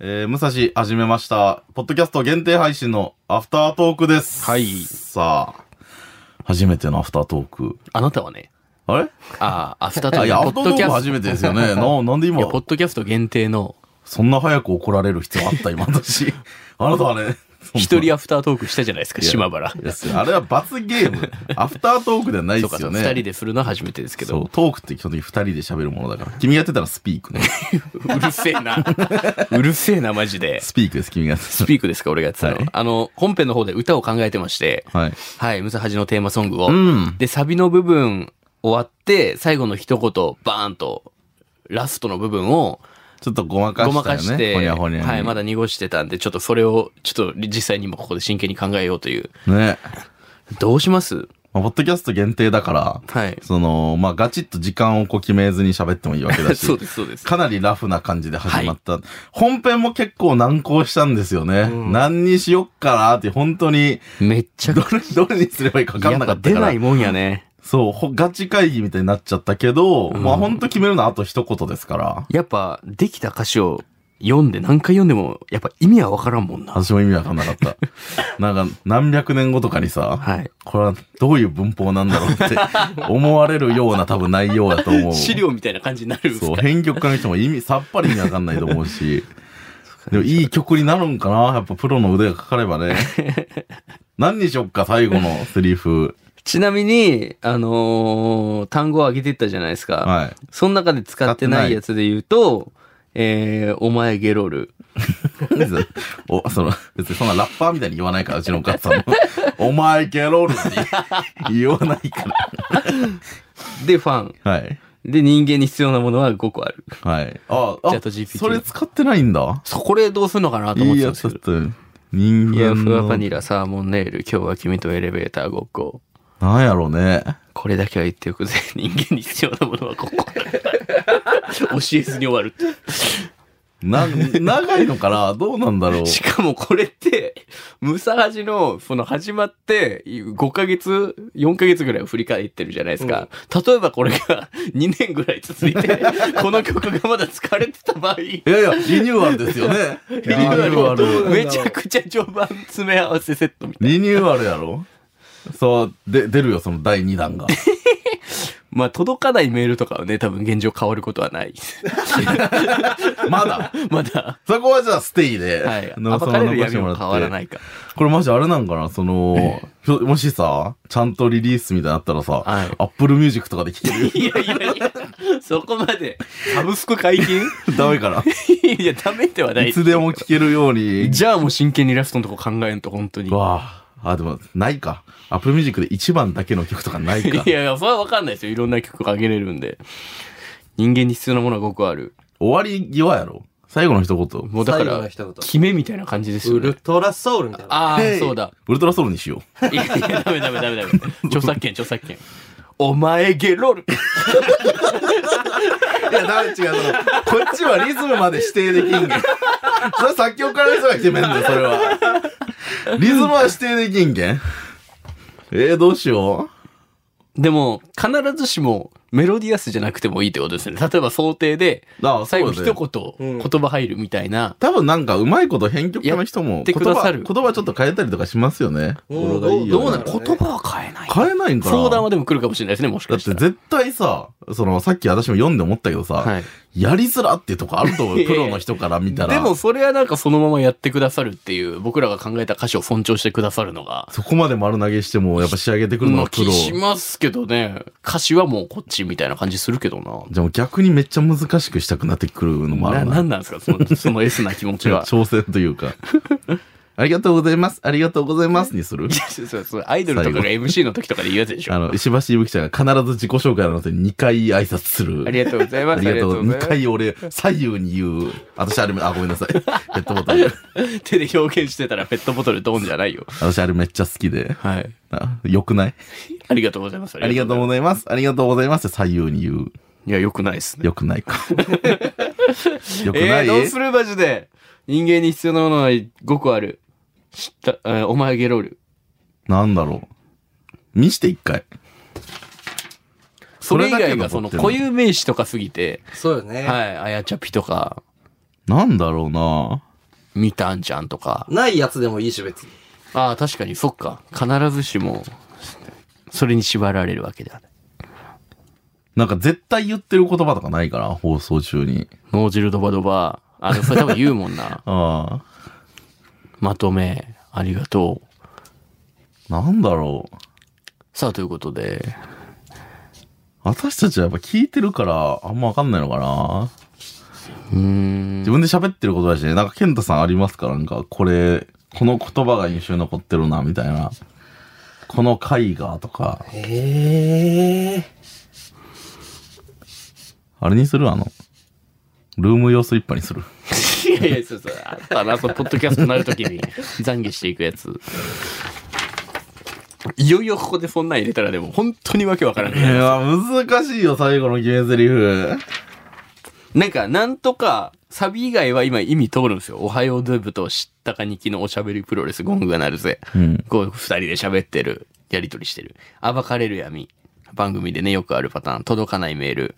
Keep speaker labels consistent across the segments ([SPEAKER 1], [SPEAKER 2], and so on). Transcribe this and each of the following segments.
[SPEAKER 1] えー、武蔵始めました。ポッドキャスト限定配信のアフタートークです。
[SPEAKER 2] はい
[SPEAKER 1] さあ、初めてのアフタートーク。
[SPEAKER 2] あな たはね、
[SPEAKER 1] あれ
[SPEAKER 2] ああ、アフター
[SPEAKER 1] あ、いや、アフ
[SPEAKER 2] ポ
[SPEAKER 1] タ
[SPEAKER 2] ッ
[SPEAKER 1] ート
[SPEAKER 2] ド
[SPEAKER 1] ー
[SPEAKER 2] キ
[SPEAKER 1] ク
[SPEAKER 2] ャス
[SPEAKER 1] 初
[SPEAKER 2] ト。
[SPEAKER 1] めてですよね。な、なんで
[SPEAKER 2] い
[SPEAKER 1] 今
[SPEAKER 2] や、、ポッドキャスト限定の
[SPEAKER 1] そんな早く怒られる必要あった今、 私。あなたはね、
[SPEAKER 2] 一人アフタートークしたじゃないですか、
[SPEAKER 1] いや
[SPEAKER 2] 島原。
[SPEAKER 1] ですよあれは罰ゲーム。アフタートークではないで
[SPEAKER 2] そうか、
[SPEAKER 1] す
[SPEAKER 2] そ
[SPEAKER 1] よ
[SPEAKER 2] う
[SPEAKER 1] ね。
[SPEAKER 2] 二人でするのは初めてですけ
[SPEAKER 1] そ
[SPEAKER 2] ど。
[SPEAKER 1] う、トークって基本的に二人で喋るものだから。君がやってたらスピー クね。
[SPEAKER 2] うるせえな。うるせえな、マジで。
[SPEAKER 1] スピークです、君がやって
[SPEAKER 2] スピークですか、俺がやってたの
[SPEAKER 1] はい。
[SPEAKER 2] あの、本編の方で歌を考えてまして、
[SPEAKER 1] た。はい。
[SPEAKER 2] はい、ムサハジのテーマソングを
[SPEAKER 1] う。ん。
[SPEAKER 2] で、サビの部分終わって、最後の一言、バーンと、ラストの部分を、
[SPEAKER 1] ちょっとごまかしたよね。
[SPEAKER 2] ごまかして、
[SPEAKER 1] ほにゃほにゃに。
[SPEAKER 2] はい、まだ濁してたんで、ちょっとそれを、ちょっと実際にもここで真剣に考えようという。
[SPEAKER 1] ね。
[SPEAKER 2] どうします
[SPEAKER 1] まあ、ポッドキャスト限定だから、
[SPEAKER 2] はい。
[SPEAKER 1] その、まあ、ガチッと時間をこう決めずに喋ってもいいわけだし
[SPEAKER 2] そう、です、そうです。
[SPEAKER 1] かなりラフな感じで始まった。本編も結構難航したんですよね。
[SPEAKER 2] うん
[SPEAKER 1] 何にしよっかなって、本当に、
[SPEAKER 2] めっちゃ
[SPEAKER 1] どれ、どれにすればいいか分かんなかった
[SPEAKER 2] や
[SPEAKER 1] か
[SPEAKER 2] ぱ出な
[SPEAKER 1] ら
[SPEAKER 2] い。もんやね。
[SPEAKER 1] そう、ほガチ会議みたいになっちゃったけど、
[SPEAKER 2] うん
[SPEAKER 1] まあ、本当決めるのはあと一言ですから。
[SPEAKER 2] やっぱ、できた歌詞を読んで、何回読んでも、やっぱ意味はわからんもんな。
[SPEAKER 1] 私も意味わかんなか った。なんか、何百年後とかにさ、
[SPEAKER 2] はい。
[SPEAKER 1] これはどういう文法なんだろうって思われるような多分内容だと 思う。
[SPEAKER 2] 資料みたいな感じになるんです
[SPEAKER 1] そう、
[SPEAKER 2] か
[SPEAKER 1] 編曲家の人も意味、さっぱり意味わかんないと思う し。でもいい曲になるんかなやっぱプロの腕がかかれば ね。何にしよっか、最後のセリフ。
[SPEAKER 2] ちなみに、あのー単語を上げていったじゃないですか。
[SPEAKER 1] はい。
[SPEAKER 2] その中で使ってないやつで言うと、えー、お前ゲロル。
[SPEAKER 1] お、その、別にそんなラッパーみたいに言わないから、うちのお母さ んも。お前ゲロルって言わないから。
[SPEAKER 2] で、ファン。
[SPEAKER 1] はい。
[SPEAKER 2] で、人間に必要なものは5個ある。
[SPEAKER 1] はい。あ、
[SPEAKER 2] チャット
[SPEAKER 1] あ、
[SPEAKER 2] GPT
[SPEAKER 1] それ使ってないんだ。
[SPEAKER 2] そこでどうすんのかないと思っ
[SPEAKER 1] い
[SPEAKER 2] て
[SPEAKER 1] や
[SPEAKER 2] たんです
[SPEAKER 1] つだ
[SPEAKER 2] け
[SPEAKER 1] っ
[SPEAKER 2] ど。
[SPEAKER 1] たよ。人
[SPEAKER 2] いや、
[SPEAKER 1] 間
[SPEAKER 2] ふわバニ
[SPEAKER 1] の。
[SPEAKER 2] ラ、サーモンネイル、今日は君とエレベーターごっこ。
[SPEAKER 1] なんやろうね。
[SPEAKER 2] これだけは言っておくぜ。人間に必要なものはここ。教えずに終わるって。
[SPEAKER 1] な、長いのかなどうなんだろ う。
[SPEAKER 2] しかもこれって、ムサハジの、その始まって、5ヶ月、4ヶ月ぐらいを振り返ってるじゃないですか。例えばこれが2年ぐらい続いて、この曲がまだ疲れてた場合、
[SPEAKER 1] いやいや、リニューアルですよね。リニ
[SPEAKER 2] リニューアル
[SPEAKER 1] ューアル。
[SPEAKER 2] めちゃくちゃ序盤詰め合わせセットみたいな。
[SPEAKER 1] リニューアルやろそう、で、出るよ、その第2弾が。
[SPEAKER 2] まあ届かないメールとかはね、多分現状変わることはない。
[SPEAKER 1] まだ。
[SPEAKER 2] まだ。
[SPEAKER 1] そこはじゃあ、ステイで。
[SPEAKER 2] はい。
[SPEAKER 1] の
[SPEAKER 2] 暴かれる
[SPEAKER 1] 残して
[SPEAKER 2] 闇
[SPEAKER 1] もら
[SPEAKER 2] も
[SPEAKER 1] って
[SPEAKER 2] 変わらないか。
[SPEAKER 1] これマジあれなんかなそ の、ひょもしさ、ちゃんとリリースみたいになったらさ、
[SPEAKER 2] はい
[SPEAKER 1] Apple Music とかで聴 ける
[SPEAKER 2] いやいやいや、そこまで、サブスク解禁
[SPEAKER 1] ダメか
[SPEAKER 2] いや、ダメではな
[SPEAKER 1] ないいつでも聴けるように。
[SPEAKER 2] じゃあもう真剣にラストのとこ考えんと、本当に。
[SPEAKER 1] わあ、あ、でも、ないか。Apple Music で1番だけの曲とかないか
[SPEAKER 2] い。やいや、それはわかんないですよ。いろんな曲あげれるんで。人間に必要なものは5個ある。
[SPEAKER 1] 終わり際やろ最後の一言。
[SPEAKER 2] もうだか
[SPEAKER 3] 最後の
[SPEAKER 2] ら、
[SPEAKER 3] 一
[SPEAKER 2] 決めみたいな感じです
[SPEAKER 3] 言。
[SPEAKER 2] よ、
[SPEAKER 3] ウル
[SPEAKER 2] ね。
[SPEAKER 3] トラソウルみたいな。
[SPEAKER 2] あ
[SPEAKER 1] へ
[SPEAKER 2] あ、
[SPEAKER 1] い
[SPEAKER 2] そうだ。
[SPEAKER 1] ウルトラソウルにしよう。
[SPEAKER 2] いやいや、ダメダメダメダメ。著作権、著作権。お前ゲロル。
[SPEAKER 1] いや、ダメ違う。そのこっちはリズムまで指定できん げん。それ作曲家の人が決めんのよ、それは。リズムは指定できんげん。えー、どうしよ
[SPEAKER 2] でも、必ずしもメロディアスじゃなくてもいいってことですね。例えば想定で、
[SPEAKER 1] う。あ
[SPEAKER 2] 最後
[SPEAKER 1] そ
[SPEAKER 2] 一
[SPEAKER 1] うだね
[SPEAKER 2] 言、
[SPEAKER 3] うん
[SPEAKER 2] 言葉入るみたいな。
[SPEAKER 1] 多分なんかうまいこと編曲家の人も
[SPEAKER 2] やって
[SPEAKER 1] 言
[SPEAKER 2] くださる
[SPEAKER 1] 葉、言葉ちょっと変えたりとかしますよね。
[SPEAKER 3] う
[SPEAKER 1] こ
[SPEAKER 3] ん
[SPEAKER 1] れがいいよ
[SPEAKER 2] どうな
[SPEAKER 1] ね
[SPEAKER 2] の
[SPEAKER 3] だろうね
[SPEAKER 2] 言葉は変えない。
[SPEAKER 1] 変えないんかな
[SPEAKER 2] 相談はでも来るかもしれないですね、もし
[SPEAKER 1] だ
[SPEAKER 2] か
[SPEAKER 1] っ
[SPEAKER 2] してたら。
[SPEAKER 1] 絶対さ、そのさっき私も読んで思ったけどさ、
[SPEAKER 2] はい。
[SPEAKER 1] やりづらっていうとこあると思。
[SPEAKER 2] いうやいや
[SPEAKER 1] プロの人から見たら。
[SPEAKER 2] でも、それはなんかそのままやってくださるっていう、僕らが考えた歌詞を尊重してくださるのが、
[SPEAKER 1] そこまで丸投げしてもやっぱ仕上げてくるの
[SPEAKER 2] まあ
[SPEAKER 1] はプ
[SPEAKER 2] 気
[SPEAKER 1] ロ。
[SPEAKER 2] しますけどね。歌詞はもうこっちみたいな感じするけどな。
[SPEAKER 1] じゃあもう逆にめっちゃ難しくしたくなってくるのもあ
[SPEAKER 2] な
[SPEAKER 1] るな
[SPEAKER 2] なんなんですかその、その S な気持 ちは。
[SPEAKER 1] 挑戦というか。ありがとうございます。ありがとうございます。にす る
[SPEAKER 2] そうそうそうアイドルとかが MC の時とかで言うやつでしょ。
[SPEAKER 1] あの、石橋いぶきちゃんが必ず自己紹介の後に2回挨拶する。
[SPEAKER 2] ありがとうございます。ありがとうござ
[SPEAKER 1] 2
[SPEAKER 2] います。
[SPEAKER 1] 回俺、左右に言う。私あれ、あ、ごめんな さい。ペットボトル。
[SPEAKER 2] 手で表現してたらペットボトルドンじゃないよ。
[SPEAKER 1] 私あれめっちゃ好きで。
[SPEAKER 2] はい。
[SPEAKER 1] あよくない
[SPEAKER 2] ありがとうございます。
[SPEAKER 1] ありがとう
[SPEAKER 2] う。
[SPEAKER 1] ございます。ありがとうございます。左右に言う。
[SPEAKER 2] いや、よくないですね。
[SPEAKER 1] よく ないか。よく
[SPEAKER 2] え
[SPEAKER 1] な
[SPEAKER 2] ー
[SPEAKER 1] い、
[SPEAKER 2] どうするマジで。人間に必要なものは5個ある。知った、えーお前ゲロール。
[SPEAKER 1] なんだろう。見して1回。
[SPEAKER 2] それ以
[SPEAKER 1] それだ
[SPEAKER 2] 外
[SPEAKER 1] け残っ
[SPEAKER 2] がそ
[SPEAKER 1] て
[SPEAKER 2] の
[SPEAKER 1] んの
[SPEAKER 2] 固有名詞とか過ぎて、
[SPEAKER 3] そうよね。
[SPEAKER 2] はい、あやちゃぴとか、
[SPEAKER 1] なんだろうな
[SPEAKER 2] 見たんじゃんとか。
[SPEAKER 3] ないやつでもいいし、別に。
[SPEAKER 2] ああ、確かに、そっか。必ずしも、それに縛られるわけではない。
[SPEAKER 1] なんか絶対言ってる言葉とかないから、放送中に。。
[SPEAKER 2] 脳汁ドバドバ。あ、でもそれ多分言うもんな
[SPEAKER 1] あ
[SPEAKER 2] まとめ、ありがとう。
[SPEAKER 1] あ。なんだろう。
[SPEAKER 2] さあ、ということで、
[SPEAKER 1] 私たちはやっぱ聞いてるから、あんまわかんないのかな。
[SPEAKER 2] うーん。
[SPEAKER 1] 自分で喋ってることだしね、なんか健太さんありますかなんか、これ、この言葉が印象に残ってるな、みたいな。この絵画とか。
[SPEAKER 3] へえ。
[SPEAKER 1] あれにするあの、ルーム用スリッパにする。
[SPEAKER 2] いやいや、そうそう。あったな、そのポッドキャストになるときに、懺悔していくやつ。いよいよここでそんなん入れたらでも、本当にわけわから
[SPEAKER 1] い
[SPEAKER 2] ない。
[SPEAKER 1] や、難しいよ、最後の決め台詞。
[SPEAKER 2] なんか、なんとか、サビ以外は今意味通るんですよ。おはようデブと知ったかにきのおしゃべりプロレスゴングが鳴るぜ。
[SPEAKER 1] うん。
[SPEAKER 2] こう、二人で喋ってる。やりとりしてる。暴かれる闇。番組でね、よくあるパターン。届かないメール。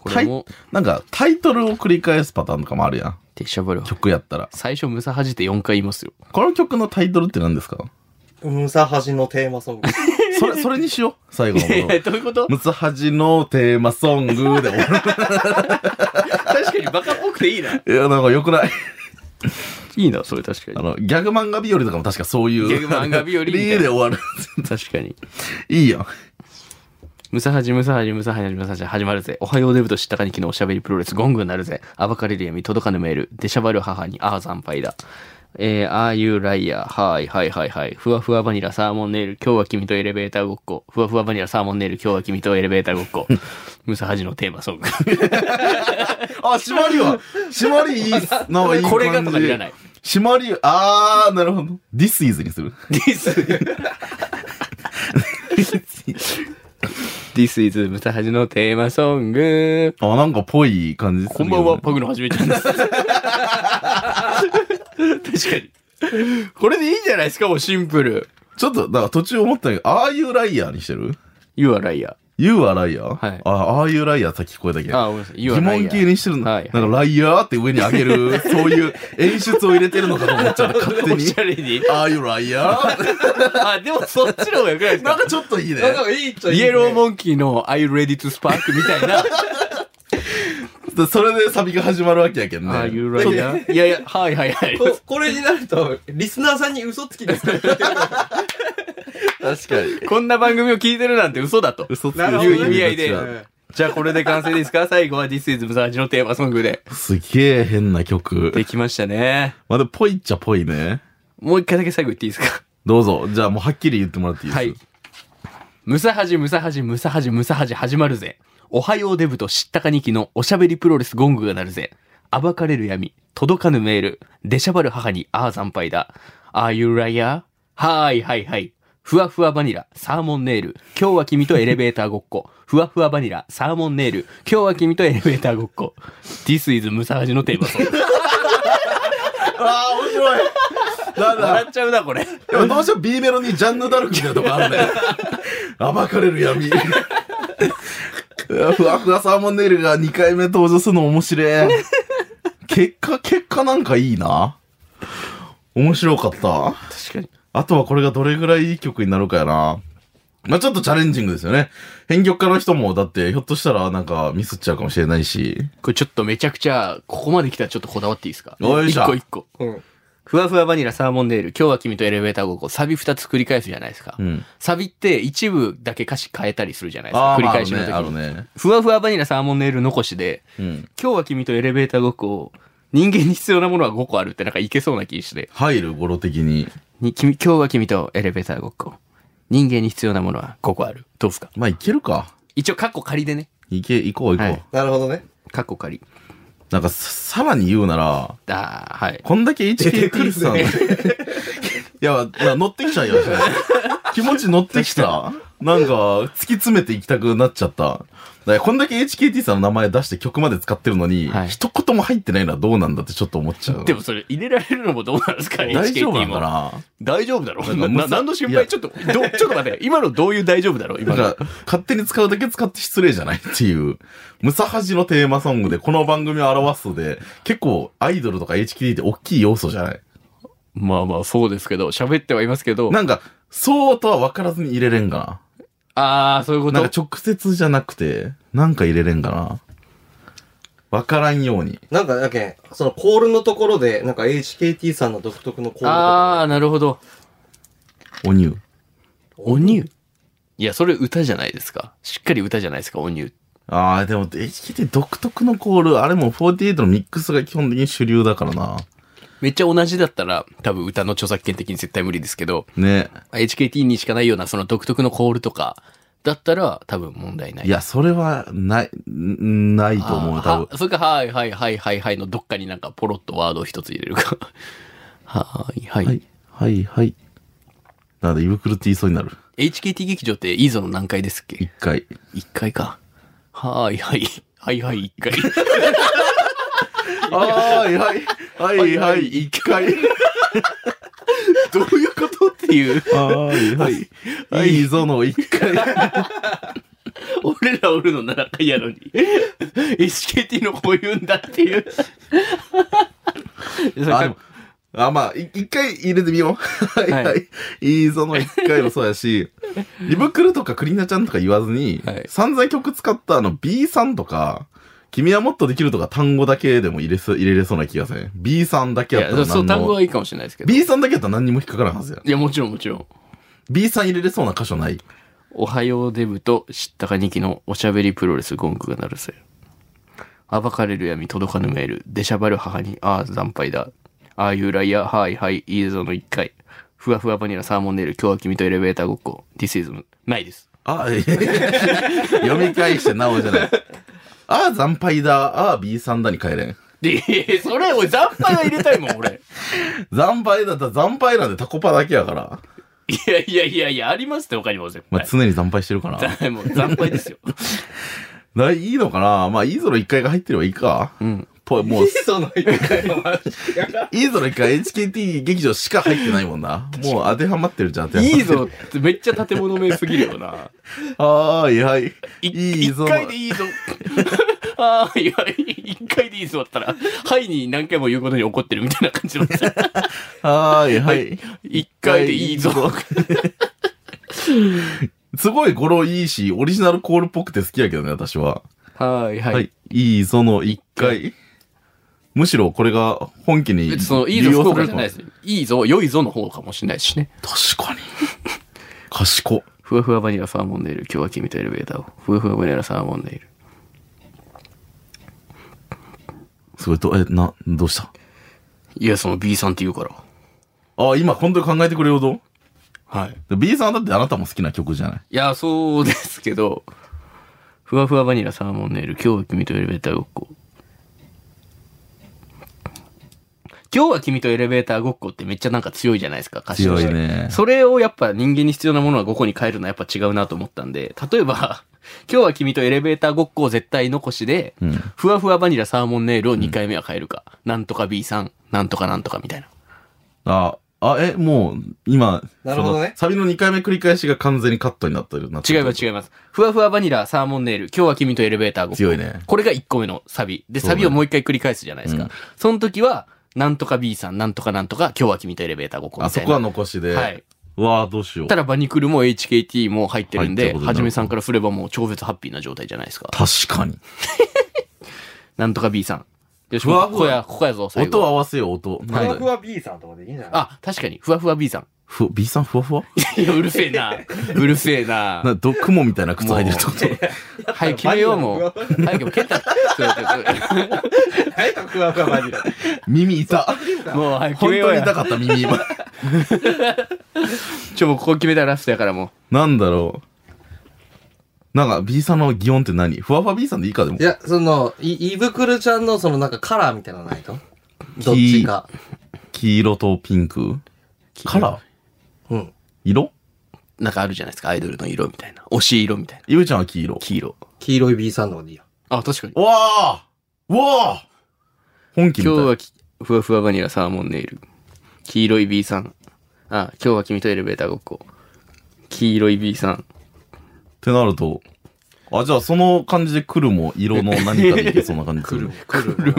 [SPEAKER 2] こ
[SPEAKER 1] タ
[SPEAKER 2] れ
[SPEAKER 1] イ
[SPEAKER 2] も、
[SPEAKER 1] なんか、タイトルを繰り返すパターンとかもあるやん。
[SPEAKER 2] でしゃばる。
[SPEAKER 1] 曲やったら。
[SPEAKER 2] 最初、ムサはじって4回言います よ。
[SPEAKER 1] この曲のタイトルって何ですか
[SPEAKER 3] ムサハジのテーマソング。
[SPEAKER 1] それ、それにしよう。最後のこ
[SPEAKER 2] いや
[SPEAKER 1] と。
[SPEAKER 2] どういうこと
[SPEAKER 1] ムツハジのテーマソングで終わ る。
[SPEAKER 2] 確かにバカっぽくていいな。
[SPEAKER 1] いや、なんか良くない。
[SPEAKER 2] いいな、それ確か
[SPEAKER 1] あ。の、ギャグ漫画日和とかも確かそういう。
[SPEAKER 2] ギャグ漫画日和みたいな
[SPEAKER 1] リーで終わる。
[SPEAKER 2] 確かに。
[SPEAKER 1] いいやん。
[SPEAKER 2] ムサハジ、ムサハジ、ムサハジ、ムサハジ、始まるぜ。おはようデブと知ったかにきのおしゃべりプロレス、ゴングになるぜ。暴かれる闇、届かぬメール、出しゃばる母に、ああ、惨敗だ。えー、ああいうライヤー、はい、はい、はい、はい。ふわふわバニラ、サーモンネイル、今日は君とエレベーターごっこ。ふわふわバニラ、サーモンネイル、今日は君とエレベーターごっ こ。ムサハジのテーマソング。
[SPEAKER 1] あ、締まりは。締まりいいっす。なんかいい感じ。
[SPEAKER 2] これがとかいらない。
[SPEAKER 1] 締まり、あー、なるほど。This is にする。
[SPEAKER 2] This This is ムサハジのテーマソング。
[SPEAKER 1] あ、なんかぽい感じする
[SPEAKER 2] こ
[SPEAKER 1] け
[SPEAKER 2] ん
[SPEAKER 1] どね
[SPEAKER 2] ばんは、パグのはじめちゃんです。確かに。これでいいんじゃないですか、もうシンプル。
[SPEAKER 1] ちょっと、だから途中思ったけど、ああいうライアーにしてる
[SPEAKER 2] You are liar.
[SPEAKER 1] ?You are liar?
[SPEAKER 2] はい
[SPEAKER 1] あ、ああいうライアーさっき聞こえたけど。
[SPEAKER 2] あ、ごめんなさい。You
[SPEAKER 1] 疑
[SPEAKER 2] are liar.
[SPEAKER 1] 問形にしてるの、
[SPEAKER 2] はい
[SPEAKER 1] なんかライアーって上に上げる、そういう演出を入れてるのかと思っちゃった、勝手
[SPEAKER 2] お
[SPEAKER 1] に
[SPEAKER 2] し。ゃれに。
[SPEAKER 1] ああいうライアー
[SPEAKER 2] あ、でもそっちの方がよくないです
[SPEAKER 1] なん
[SPEAKER 2] か
[SPEAKER 1] かちょっといいね。
[SPEAKER 3] なんかいいっちゃいい、
[SPEAKER 2] イエローモンキーの Are you ready to spark? みたいな。
[SPEAKER 1] それでサビが始まるわけやけんね。
[SPEAKER 2] Are you liar? いやいや、はいはいはい。
[SPEAKER 3] ここれになると、リスナーさんに嘘つきですから
[SPEAKER 1] 確かに。
[SPEAKER 2] こんな番組を聞いてるなんて嘘だと。
[SPEAKER 1] 嘘つき
[SPEAKER 3] なるほど
[SPEAKER 1] 言う
[SPEAKER 3] ね
[SPEAKER 1] 意味合い
[SPEAKER 2] い
[SPEAKER 1] で。
[SPEAKER 2] やじゃあこれで完成ですか最後 は This is ムサハジのテーマソングで。
[SPEAKER 1] すげえ変な曲。
[SPEAKER 2] できましたね。
[SPEAKER 1] まあ、でもぽいっちゃぽいね。
[SPEAKER 2] もう一回だけ最後言っていいですか
[SPEAKER 1] どうぞ。じゃあもうはっきり言ってもらっていいです
[SPEAKER 2] はい。ムサハジ、ムサハジ、ムサハジ、ムサハジ、始まるぜ。おはようデブと知ったかにきのおしゃべりプロレスゴングが鳴るぜ。暴かれる闇、届かぬメール、出しゃばる母にああ惨敗だ。Are you liar? はーいはいはい。ふわふわバニラ、サーモンネイル。今日は君とエレベーターごっこ。ふわふわバニラ、サーモンネイル。今日は君とエレベーターごっこ。This is ムサハジのテーマソング。
[SPEAKER 1] ああ、面白い。なんだ
[SPEAKER 2] 笑っちゃうな、これ。
[SPEAKER 1] でもどうしても B メロにジャンヌ・ダルクみたいなとこあるね。暴かれる闇。いやふわふわサーモンネイルが2回目登場するの面白い。結果、結果なんかいいな。面白かった。
[SPEAKER 2] 確かに。
[SPEAKER 1] あとはこれがどれぐらいいい曲になるかやな。まあちょっとチャレンジングですよね。編曲家の人も、だってひょっとしたらなんかミスっちゃうかもしれないし。
[SPEAKER 2] これちょっとめちゃくちゃ、ここまで来たらちょっとこだわっていいですか
[SPEAKER 1] よいしょ
[SPEAKER 2] 一個一個。
[SPEAKER 3] うん。
[SPEAKER 2] ふわふわバニラサーモンネイル、今日は君とエレベーターごっこ、サビ二つ繰り返すじゃないですか。
[SPEAKER 1] うん。
[SPEAKER 2] サビって一部だけ歌詞変えたりするじゃないです
[SPEAKER 1] あ
[SPEAKER 2] か。
[SPEAKER 1] あ、
[SPEAKER 2] 繰り
[SPEAKER 1] まああ
[SPEAKER 2] 返
[SPEAKER 1] る
[SPEAKER 2] し
[SPEAKER 1] ね、
[SPEAKER 2] の時
[SPEAKER 1] ある
[SPEAKER 2] に。
[SPEAKER 1] ね。
[SPEAKER 2] ふわふわバニラサーモンネイル残しで、
[SPEAKER 1] うん。
[SPEAKER 2] 今日は君とエレベーターごっこ、人間に必要なものは5個あるってなんかいけそうな気して、
[SPEAKER 1] 入る語呂的に。
[SPEAKER 2] に君今日は君とエレベーターごっこ、人間に必要なものは5個ある。どうすか
[SPEAKER 1] まあいけるか。
[SPEAKER 2] 一応、カッコ仮でね。
[SPEAKER 1] いけ、行こう行こう。
[SPEAKER 2] はい
[SPEAKER 3] なるほどね。
[SPEAKER 2] カッコ仮。
[SPEAKER 1] なんかさ、さらに言うなら、
[SPEAKER 2] だー、はい。
[SPEAKER 1] こんだけ HKT さん、いや、まあ乗ってきちゃうよ。気持ち乗ってきた。なんか、突き詰めていきたくなっちゃった。だからこんだけ HKT さんの名前出して曲まで使ってるのに、
[SPEAKER 2] はい
[SPEAKER 1] 一言も入ってないのはどうなんだってちょっと思っちゃう。
[SPEAKER 2] でもそれ入れられるのもどうなんですか
[SPEAKER 1] 大丈夫な
[SPEAKER 2] HKT
[SPEAKER 1] のか
[SPEAKER 2] も
[SPEAKER 1] な
[SPEAKER 2] 大丈夫だろ
[SPEAKER 1] なんか
[SPEAKER 2] う
[SPEAKER 1] むさ
[SPEAKER 2] な何の心
[SPEAKER 1] いや
[SPEAKER 2] 配ちょっとど ちょっと待って今のどういう大丈夫だろう今
[SPEAKER 1] なん
[SPEAKER 2] の
[SPEAKER 1] か、勝手に使うだけ使って失礼じゃないっていう、ムサハジのテーマソングでこの番組を表すので、結構アイドルとか HKT って大きい要素じゃない
[SPEAKER 2] まあまあそうですけど喋ってはいますけど
[SPEAKER 1] なんか、そうとは分からずに入れれんか
[SPEAKER 2] ああそういうこ
[SPEAKER 1] な。なん
[SPEAKER 2] と
[SPEAKER 1] か直接じゃなくて、なんか入れれんかな。分からんように。
[SPEAKER 3] なんか、だけんそのコールのところで、なんか HKT さんの独特のコールと
[SPEAKER 2] あ
[SPEAKER 3] か。
[SPEAKER 2] あなるほど
[SPEAKER 1] おにゅう。
[SPEAKER 2] おにゅういやそれ歌じゃないですかしっかり歌じゃないですかおにゅう
[SPEAKER 1] ああ、でも HKT 独特のコール、あれも48のミックスが基本的に主流だからな。
[SPEAKER 2] めっちゃ同じだったら多分歌の著作権的に絶対無理ですけど
[SPEAKER 1] ね。
[SPEAKER 2] HKT にしかないようなその独特のコールとかだったら多分問題ない
[SPEAKER 1] いや、それは、ない、んないと思う、
[SPEAKER 2] あー
[SPEAKER 1] 多分。
[SPEAKER 2] はそれか、はいはいはいはいはいのどっかになんかポロッとワードを一つ入れるか。 はいはい。
[SPEAKER 1] はい、はい、はい。なんで、胃袋って言いそうになる。
[SPEAKER 2] HKT 劇場っていいぞの何回ですっけ
[SPEAKER 1] 一 回。
[SPEAKER 2] ?1 回か。はーいはい。はいはい1回。
[SPEAKER 1] はい、はい、はい、はい、一回。
[SPEAKER 2] どういうことっていう。
[SPEAKER 1] はい、はい。いいぞの一回。
[SPEAKER 2] 俺らおるの7回やのに。HKT のこういうんだっていう。
[SPEAKER 1] あ、でもあ、まあ、い一回入れてみよう。 はい、
[SPEAKER 2] はい
[SPEAKER 1] はい。いいぞの一回もそうや し、リブクルとかクリナちゃんとか言わずに、
[SPEAKER 2] はい
[SPEAKER 1] 散々曲使ったあの B さんとか、君はもっとできるとか単語だけでも入れそ入れれそうな気がせん。B さんだ
[SPEAKER 2] い
[SPEAKER 1] けやった
[SPEAKER 2] や、
[SPEAKER 1] ら
[SPEAKER 2] そう、
[SPEAKER 1] 何
[SPEAKER 2] 単語
[SPEAKER 1] も。
[SPEAKER 2] はいいかもしれないですけど。
[SPEAKER 1] B さんだけやったら何にも引っかからんはずや。
[SPEAKER 2] いや、もちろんもちろん。
[SPEAKER 1] B さん入れれそうな箇所ない。
[SPEAKER 2] おはようデブと知ったかにきのおしゃべりプロレスゴングが鳴るせ。暴かれる闇届かぬメール。出しゃばる母に、ああ、惨敗だ。ああいうライアー、はいはい、いいぞの一回。ふわふわバニラサーモンネイル、今日は君とエレベーターごっこ。This is... ないです。
[SPEAKER 1] あ、え ー読み返してなおじゃない。ああ、惨敗だ。ああ、B さんだに帰れん。
[SPEAKER 2] で、それ、俺、惨敗は入れたいもん、俺。
[SPEAKER 1] 惨敗だったら惨敗なんてタコパだけやから。
[SPEAKER 2] いやいやいやいや、ありますって他にも絶
[SPEAKER 1] まあ、
[SPEAKER 2] 対。
[SPEAKER 1] 常に惨敗してるから。
[SPEAKER 2] はい、もう惨敗ですよ。
[SPEAKER 1] ないいいのかなまあ、いいぞの一回が入ってればいいか。
[SPEAKER 2] うん。
[SPEAKER 1] ぽい、もう、
[SPEAKER 3] いいぞの一回の話
[SPEAKER 1] いいぞの一回 HKT 劇場しか入ってないもんな。もう当てはまってるじゃん、当てはまって る
[SPEAKER 2] いいぞってめっちゃ建物名すぎるよな。
[SPEAKER 1] はーい、はい。
[SPEAKER 2] い
[SPEAKER 1] いい
[SPEAKER 2] 一
[SPEAKER 1] ぞの。
[SPEAKER 2] 回でいいぞ。 ああ、いや、一回でいいぞだったら、はいに何回も言うことに怒ってるみたいな感 じの。
[SPEAKER 1] はーい、はい。
[SPEAKER 2] 一回でいいぞ。
[SPEAKER 1] すごい語呂いいし、オリジナルコールっぽくて好きやけどね、私は。
[SPEAKER 2] はいは。
[SPEAKER 1] はいい。いいぞの一回。むしろこれが本気に
[SPEAKER 2] 別にその、いいぞ、福岡じゃないです。いいぞ、良いぞの方かもしれないしね。
[SPEAKER 1] す。確かに。賢い。
[SPEAKER 2] ふわふわバニラサーモンネイル、今日は君とエレベーターを。ふわふわバニラサーモンネイル。
[SPEAKER 1] すごい、ど、え、な、どうした
[SPEAKER 2] いや、その B さんって言うから。
[SPEAKER 1] あ、今本当に考えてくれるぞ。
[SPEAKER 2] はい。
[SPEAKER 1] で B さんだってあなたも好きな曲じゃない。
[SPEAKER 2] いや、そうですけど、ふわふわバニラサーモンネイル、今日は君とエレベーターごっこ。今日は君とエレベーターごっこってめっちゃなんか強いじゃないですか、歌詞として
[SPEAKER 1] 強いね
[SPEAKER 2] それをやっぱ人間に必要なものは5個に変えるのはやっぱ違うなと思ったんで、例えば、今日は君とエレベーターごっこを絶対残しで、
[SPEAKER 1] ん
[SPEAKER 2] ふわふわバニラサーモンネイルを2回目は変えるか、なんとか B さん、なんとかなんとかみたいな。
[SPEAKER 1] あ、あ、え、もう、今、
[SPEAKER 3] なるほどね
[SPEAKER 1] そのサビの2回目繰り返しが完全にカットになってるなって
[SPEAKER 2] 違います違います。ふわふわバニラサーモンネイル、今日は君とエレベーターごっこ。
[SPEAKER 1] 強いね。
[SPEAKER 2] これが1個目のサビ。で、
[SPEAKER 1] そうだ
[SPEAKER 2] サ
[SPEAKER 1] ね
[SPEAKER 2] ビをもう一回繰り返すじゃないですか。
[SPEAKER 1] うん
[SPEAKER 2] その時は、なんとか B さん、なんとかなんとか、今日は君とエレベーターごっこ
[SPEAKER 1] あ
[SPEAKER 2] み
[SPEAKER 1] そ
[SPEAKER 2] たいな。
[SPEAKER 1] こは残しで。
[SPEAKER 2] はい。
[SPEAKER 1] うわあどうしよう
[SPEAKER 2] た。だバニクルも HKT も入ってるん
[SPEAKER 1] 入って
[SPEAKER 2] で、
[SPEAKER 1] ることにな
[SPEAKER 2] は
[SPEAKER 1] る
[SPEAKER 2] じめさんからすればもう超絶ハッピーな状態じゃないですか。
[SPEAKER 1] 確かに。
[SPEAKER 2] なんとか B さん。よし、
[SPEAKER 1] ふわ
[SPEAKER 2] こ
[SPEAKER 1] ふわ
[SPEAKER 2] ここや、ここやぞ、最
[SPEAKER 1] 音
[SPEAKER 2] 後。
[SPEAKER 1] 合わせよう、音。
[SPEAKER 3] ふ
[SPEAKER 1] な
[SPEAKER 3] わ
[SPEAKER 1] ん
[SPEAKER 3] ふ
[SPEAKER 1] だよ
[SPEAKER 3] わ B さんとかでいいんじゃない
[SPEAKER 2] あ、確かに、ふわふわ B さん。
[SPEAKER 1] ふ B さんふわふわ
[SPEAKER 2] いや、うるせ えな。うるせえな。
[SPEAKER 1] な、ど、雲みたいな靴履いてるってこと
[SPEAKER 2] はい、決めようもう。はい、でも、ケンタ。そうそう
[SPEAKER 3] 何やふわふわバニラ。
[SPEAKER 1] 耳痛。
[SPEAKER 2] そ うもう、はい、 決
[SPEAKER 1] 本
[SPEAKER 2] めよ
[SPEAKER 1] 当
[SPEAKER 2] う
[SPEAKER 1] に痛
[SPEAKER 2] や。
[SPEAKER 1] かった、耳今。
[SPEAKER 2] ちょ、もうここ決めたらラストやからも
[SPEAKER 1] なんだろう。なんか B さんの擬音って何ふわふわ B さんでいいかでも
[SPEAKER 3] い。や、その、い、胃袋ちゃんのそのなんかカラーみたいなのないとどっちか。
[SPEAKER 1] 黄色とピンク。
[SPEAKER 2] う。
[SPEAKER 1] カラー
[SPEAKER 3] うん。
[SPEAKER 1] 色
[SPEAKER 2] なんかあるじゃないですか、アイドルの色みたいな。推し色みたいな。
[SPEAKER 1] ゆうちゃんは黄色。
[SPEAKER 2] 黄色。
[SPEAKER 3] 黄色い B さんの方でいいよ。
[SPEAKER 2] あ、確かに。
[SPEAKER 1] わあわあ本気みた
[SPEAKER 2] 今
[SPEAKER 1] い
[SPEAKER 2] 日はきふわふわバニラサーモンネイル。黄色い B さん。あ、今日は君とエレベーターごっこ。黄色い B さん。
[SPEAKER 1] ってなると、あ、じゃあその感じで来るも色の何かでいけそうな感じす る。
[SPEAKER 3] 来る。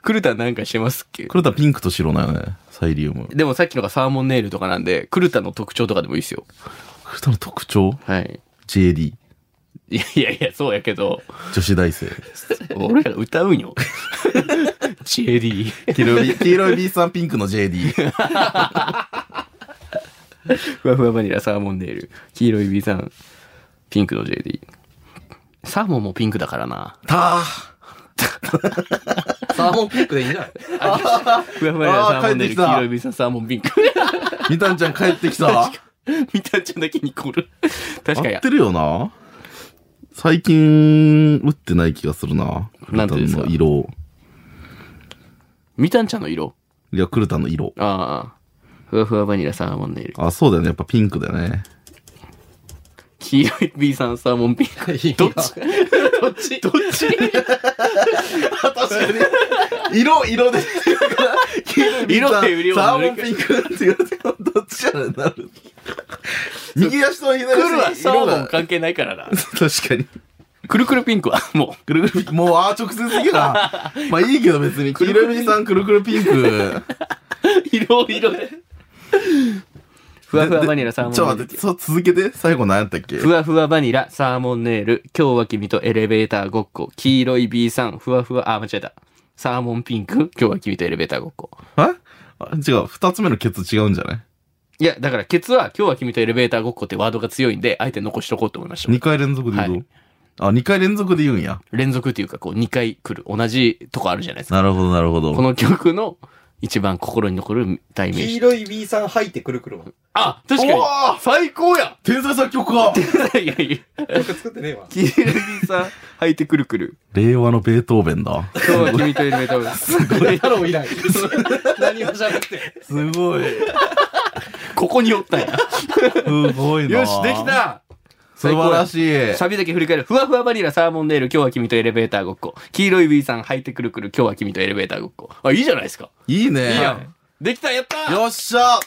[SPEAKER 2] クルタなんかしてますっけ
[SPEAKER 1] 黒田ピンクと白だよね。サイリウム。
[SPEAKER 2] でもさっきのがサーモンネイルとかなんで、クルタの特徴とかでもいいですよ。
[SPEAKER 1] 黒田の特徴
[SPEAKER 2] はい。
[SPEAKER 1] ?JD。
[SPEAKER 2] いやいやいや、そうやけど、
[SPEAKER 1] 女子大生。
[SPEAKER 2] 俺ら歌うん よ。
[SPEAKER 1] 黄色
[SPEAKER 2] JD。
[SPEAKER 1] い、黄色い B さんピンクの JD。
[SPEAKER 2] ふわふわバニラサーモンネイル。黄色い B さん。ピンクの JD。サーモンもピンクだからな。
[SPEAKER 1] たー
[SPEAKER 3] サーモンピンクでいいんじゃない
[SPEAKER 2] ふわふわバニラサーモンネ
[SPEAKER 1] あー帰って
[SPEAKER 2] イル。
[SPEAKER 1] きた
[SPEAKER 2] 黄色い B さん、サーモンピンク。
[SPEAKER 1] みたんちゃん帰って きた
[SPEAKER 2] みたんちゃんだけにこる。確かに
[SPEAKER 1] 合っ。てるよな最近、打ってない気がするな。
[SPEAKER 2] なんて
[SPEAKER 1] 黒
[SPEAKER 2] で
[SPEAKER 1] 田
[SPEAKER 2] すか
[SPEAKER 1] の色。
[SPEAKER 2] みたんちゃんの色。
[SPEAKER 1] いや、黒田の色。
[SPEAKER 2] ああ。ふわふわバニラサーモンネイル。
[SPEAKER 1] あ、そうだよね。やっぱピンクだよ ね。
[SPEAKER 2] 黄色い B さん、サーモンピンク。 どっち
[SPEAKER 3] どっち
[SPEAKER 2] どっち
[SPEAKER 1] 確かに。色、色で。
[SPEAKER 2] 色って売りを
[SPEAKER 1] サーモンピンクって言われてもどっちやらになる。右足と左足
[SPEAKER 2] くるはサーモン
[SPEAKER 1] 確
[SPEAKER 2] 関係ないからな。
[SPEAKER 1] かに。
[SPEAKER 2] くるくるピンクは、も
[SPEAKER 1] くるくる、もう、ああ、直接的な。 まあいいけど別に。黄色いさん、くるくるピンク。
[SPEAKER 2] う、色色で。 ふわふわバニラサーモン
[SPEAKER 1] ちょっと待
[SPEAKER 2] ネイ
[SPEAKER 1] って、
[SPEAKER 2] ル。
[SPEAKER 1] そう、続けて。最後何やったっけ
[SPEAKER 2] ふわふわバニラサーモンネイル。今日は君とエレベーターごっこ。黄色い B さん、ふわふわ、あ、間違えた。サーモンピンク。今日は君とエレベーターごっこ。
[SPEAKER 1] ああ違う。二つ目のケツ違うんじゃない
[SPEAKER 2] いや、だから、ケツは今日は君とエレベーターごっこってワードが強いんで、あえて残しとこうと思いました
[SPEAKER 1] 二。回連続で言うぞ
[SPEAKER 2] はい
[SPEAKER 1] あ、二回連続で言うんや。
[SPEAKER 2] 連続っていうか、こう、2回来る。同じとこあるじゃないですか。
[SPEAKER 1] なるほど、なるほど。
[SPEAKER 2] この曲の一番心に残る代名
[SPEAKER 3] 黄
[SPEAKER 2] 詞。
[SPEAKER 3] 色い B さん入ってくるくるもん。
[SPEAKER 2] あ、確か
[SPEAKER 1] お
[SPEAKER 2] に
[SPEAKER 1] ー
[SPEAKER 2] 最高や
[SPEAKER 1] 天才作曲家
[SPEAKER 2] いやいや、
[SPEAKER 3] 僕作ってねえわ。
[SPEAKER 2] キリビさん、履いてくるくる。
[SPEAKER 1] 令和のベートーベン だ。
[SPEAKER 2] 今日は君とエレベーターすごい。
[SPEAKER 3] 太郎以来。 何もじゃなくて。
[SPEAKER 1] すごい。
[SPEAKER 2] ここにおったんや。
[SPEAKER 1] すごいな。
[SPEAKER 2] よし、できた
[SPEAKER 1] 素晴らしい。
[SPEAKER 2] サビだけ振り返る。ふわふわバニラサーモンネイル、今日は君とエレベーターごっこ。黄色い B さん、履いてくるくる、今日は君とエレベーターごっこ。あ、いいじゃないですか。
[SPEAKER 1] いいね。
[SPEAKER 2] いいやん。できたやった
[SPEAKER 1] よっしゃ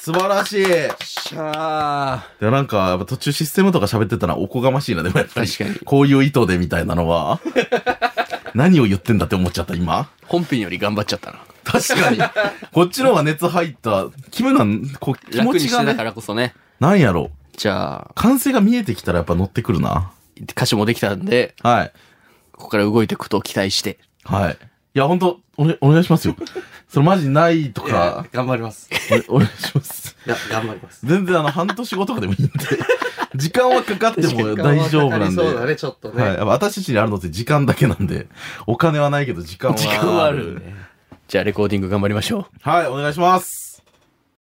[SPEAKER 1] 素晴らしい。い
[SPEAKER 2] しゃ
[SPEAKER 1] や、なんか、やっぱ途中システムとか喋ってたらおこがましいな、でもやっぱり。
[SPEAKER 2] 確かに
[SPEAKER 1] こういう意図でみたいなのは。 何を言ってんだって思っちゃった、今。
[SPEAKER 2] 本編より頑張っちゃったな。
[SPEAKER 1] 確かに。こっちの方が熱入った。キムなん、こう気持
[SPEAKER 2] 楽に
[SPEAKER 1] ち
[SPEAKER 2] し
[SPEAKER 1] が
[SPEAKER 2] てたか
[SPEAKER 1] ね、
[SPEAKER 2] らこそね。
[SPEAKER 1] なんやろう。
[SPEAKER 2] じゃあ、
[SPEAKER 1] 完成が見えてきたらやっぱ乗ってくるな。
[SPEAKER 2] 歌詞もできたんで、
[SPEAKER 1] はい。
[SPEAKER 2] ここから動いていくことを期待して。
[SPEAKER 1] はい。いや、ほんと、お,、ね、お願いしますよ。それマジないとか、
[SPEAKER 3] 頑張ります。
[SPEAKER 1] おお願いします。
[SPEAKER 3] いや、頑張ります。
[SPEAKER 1] 全然あの、半年後とかでもいいんで。時間はかかっても大丈夫なんで。
[SPEAKER 3] そうだね、ちょっとね。
[SPEAKER 1] はい。やっぱ私たちにあるのって時間だけなんで、お金はないけど時間はある。
[SPEAKER 2] 時間はあるねじゃあ、レコーディング頑張りましょう。
[SPEAKER 1] はい、お願いします。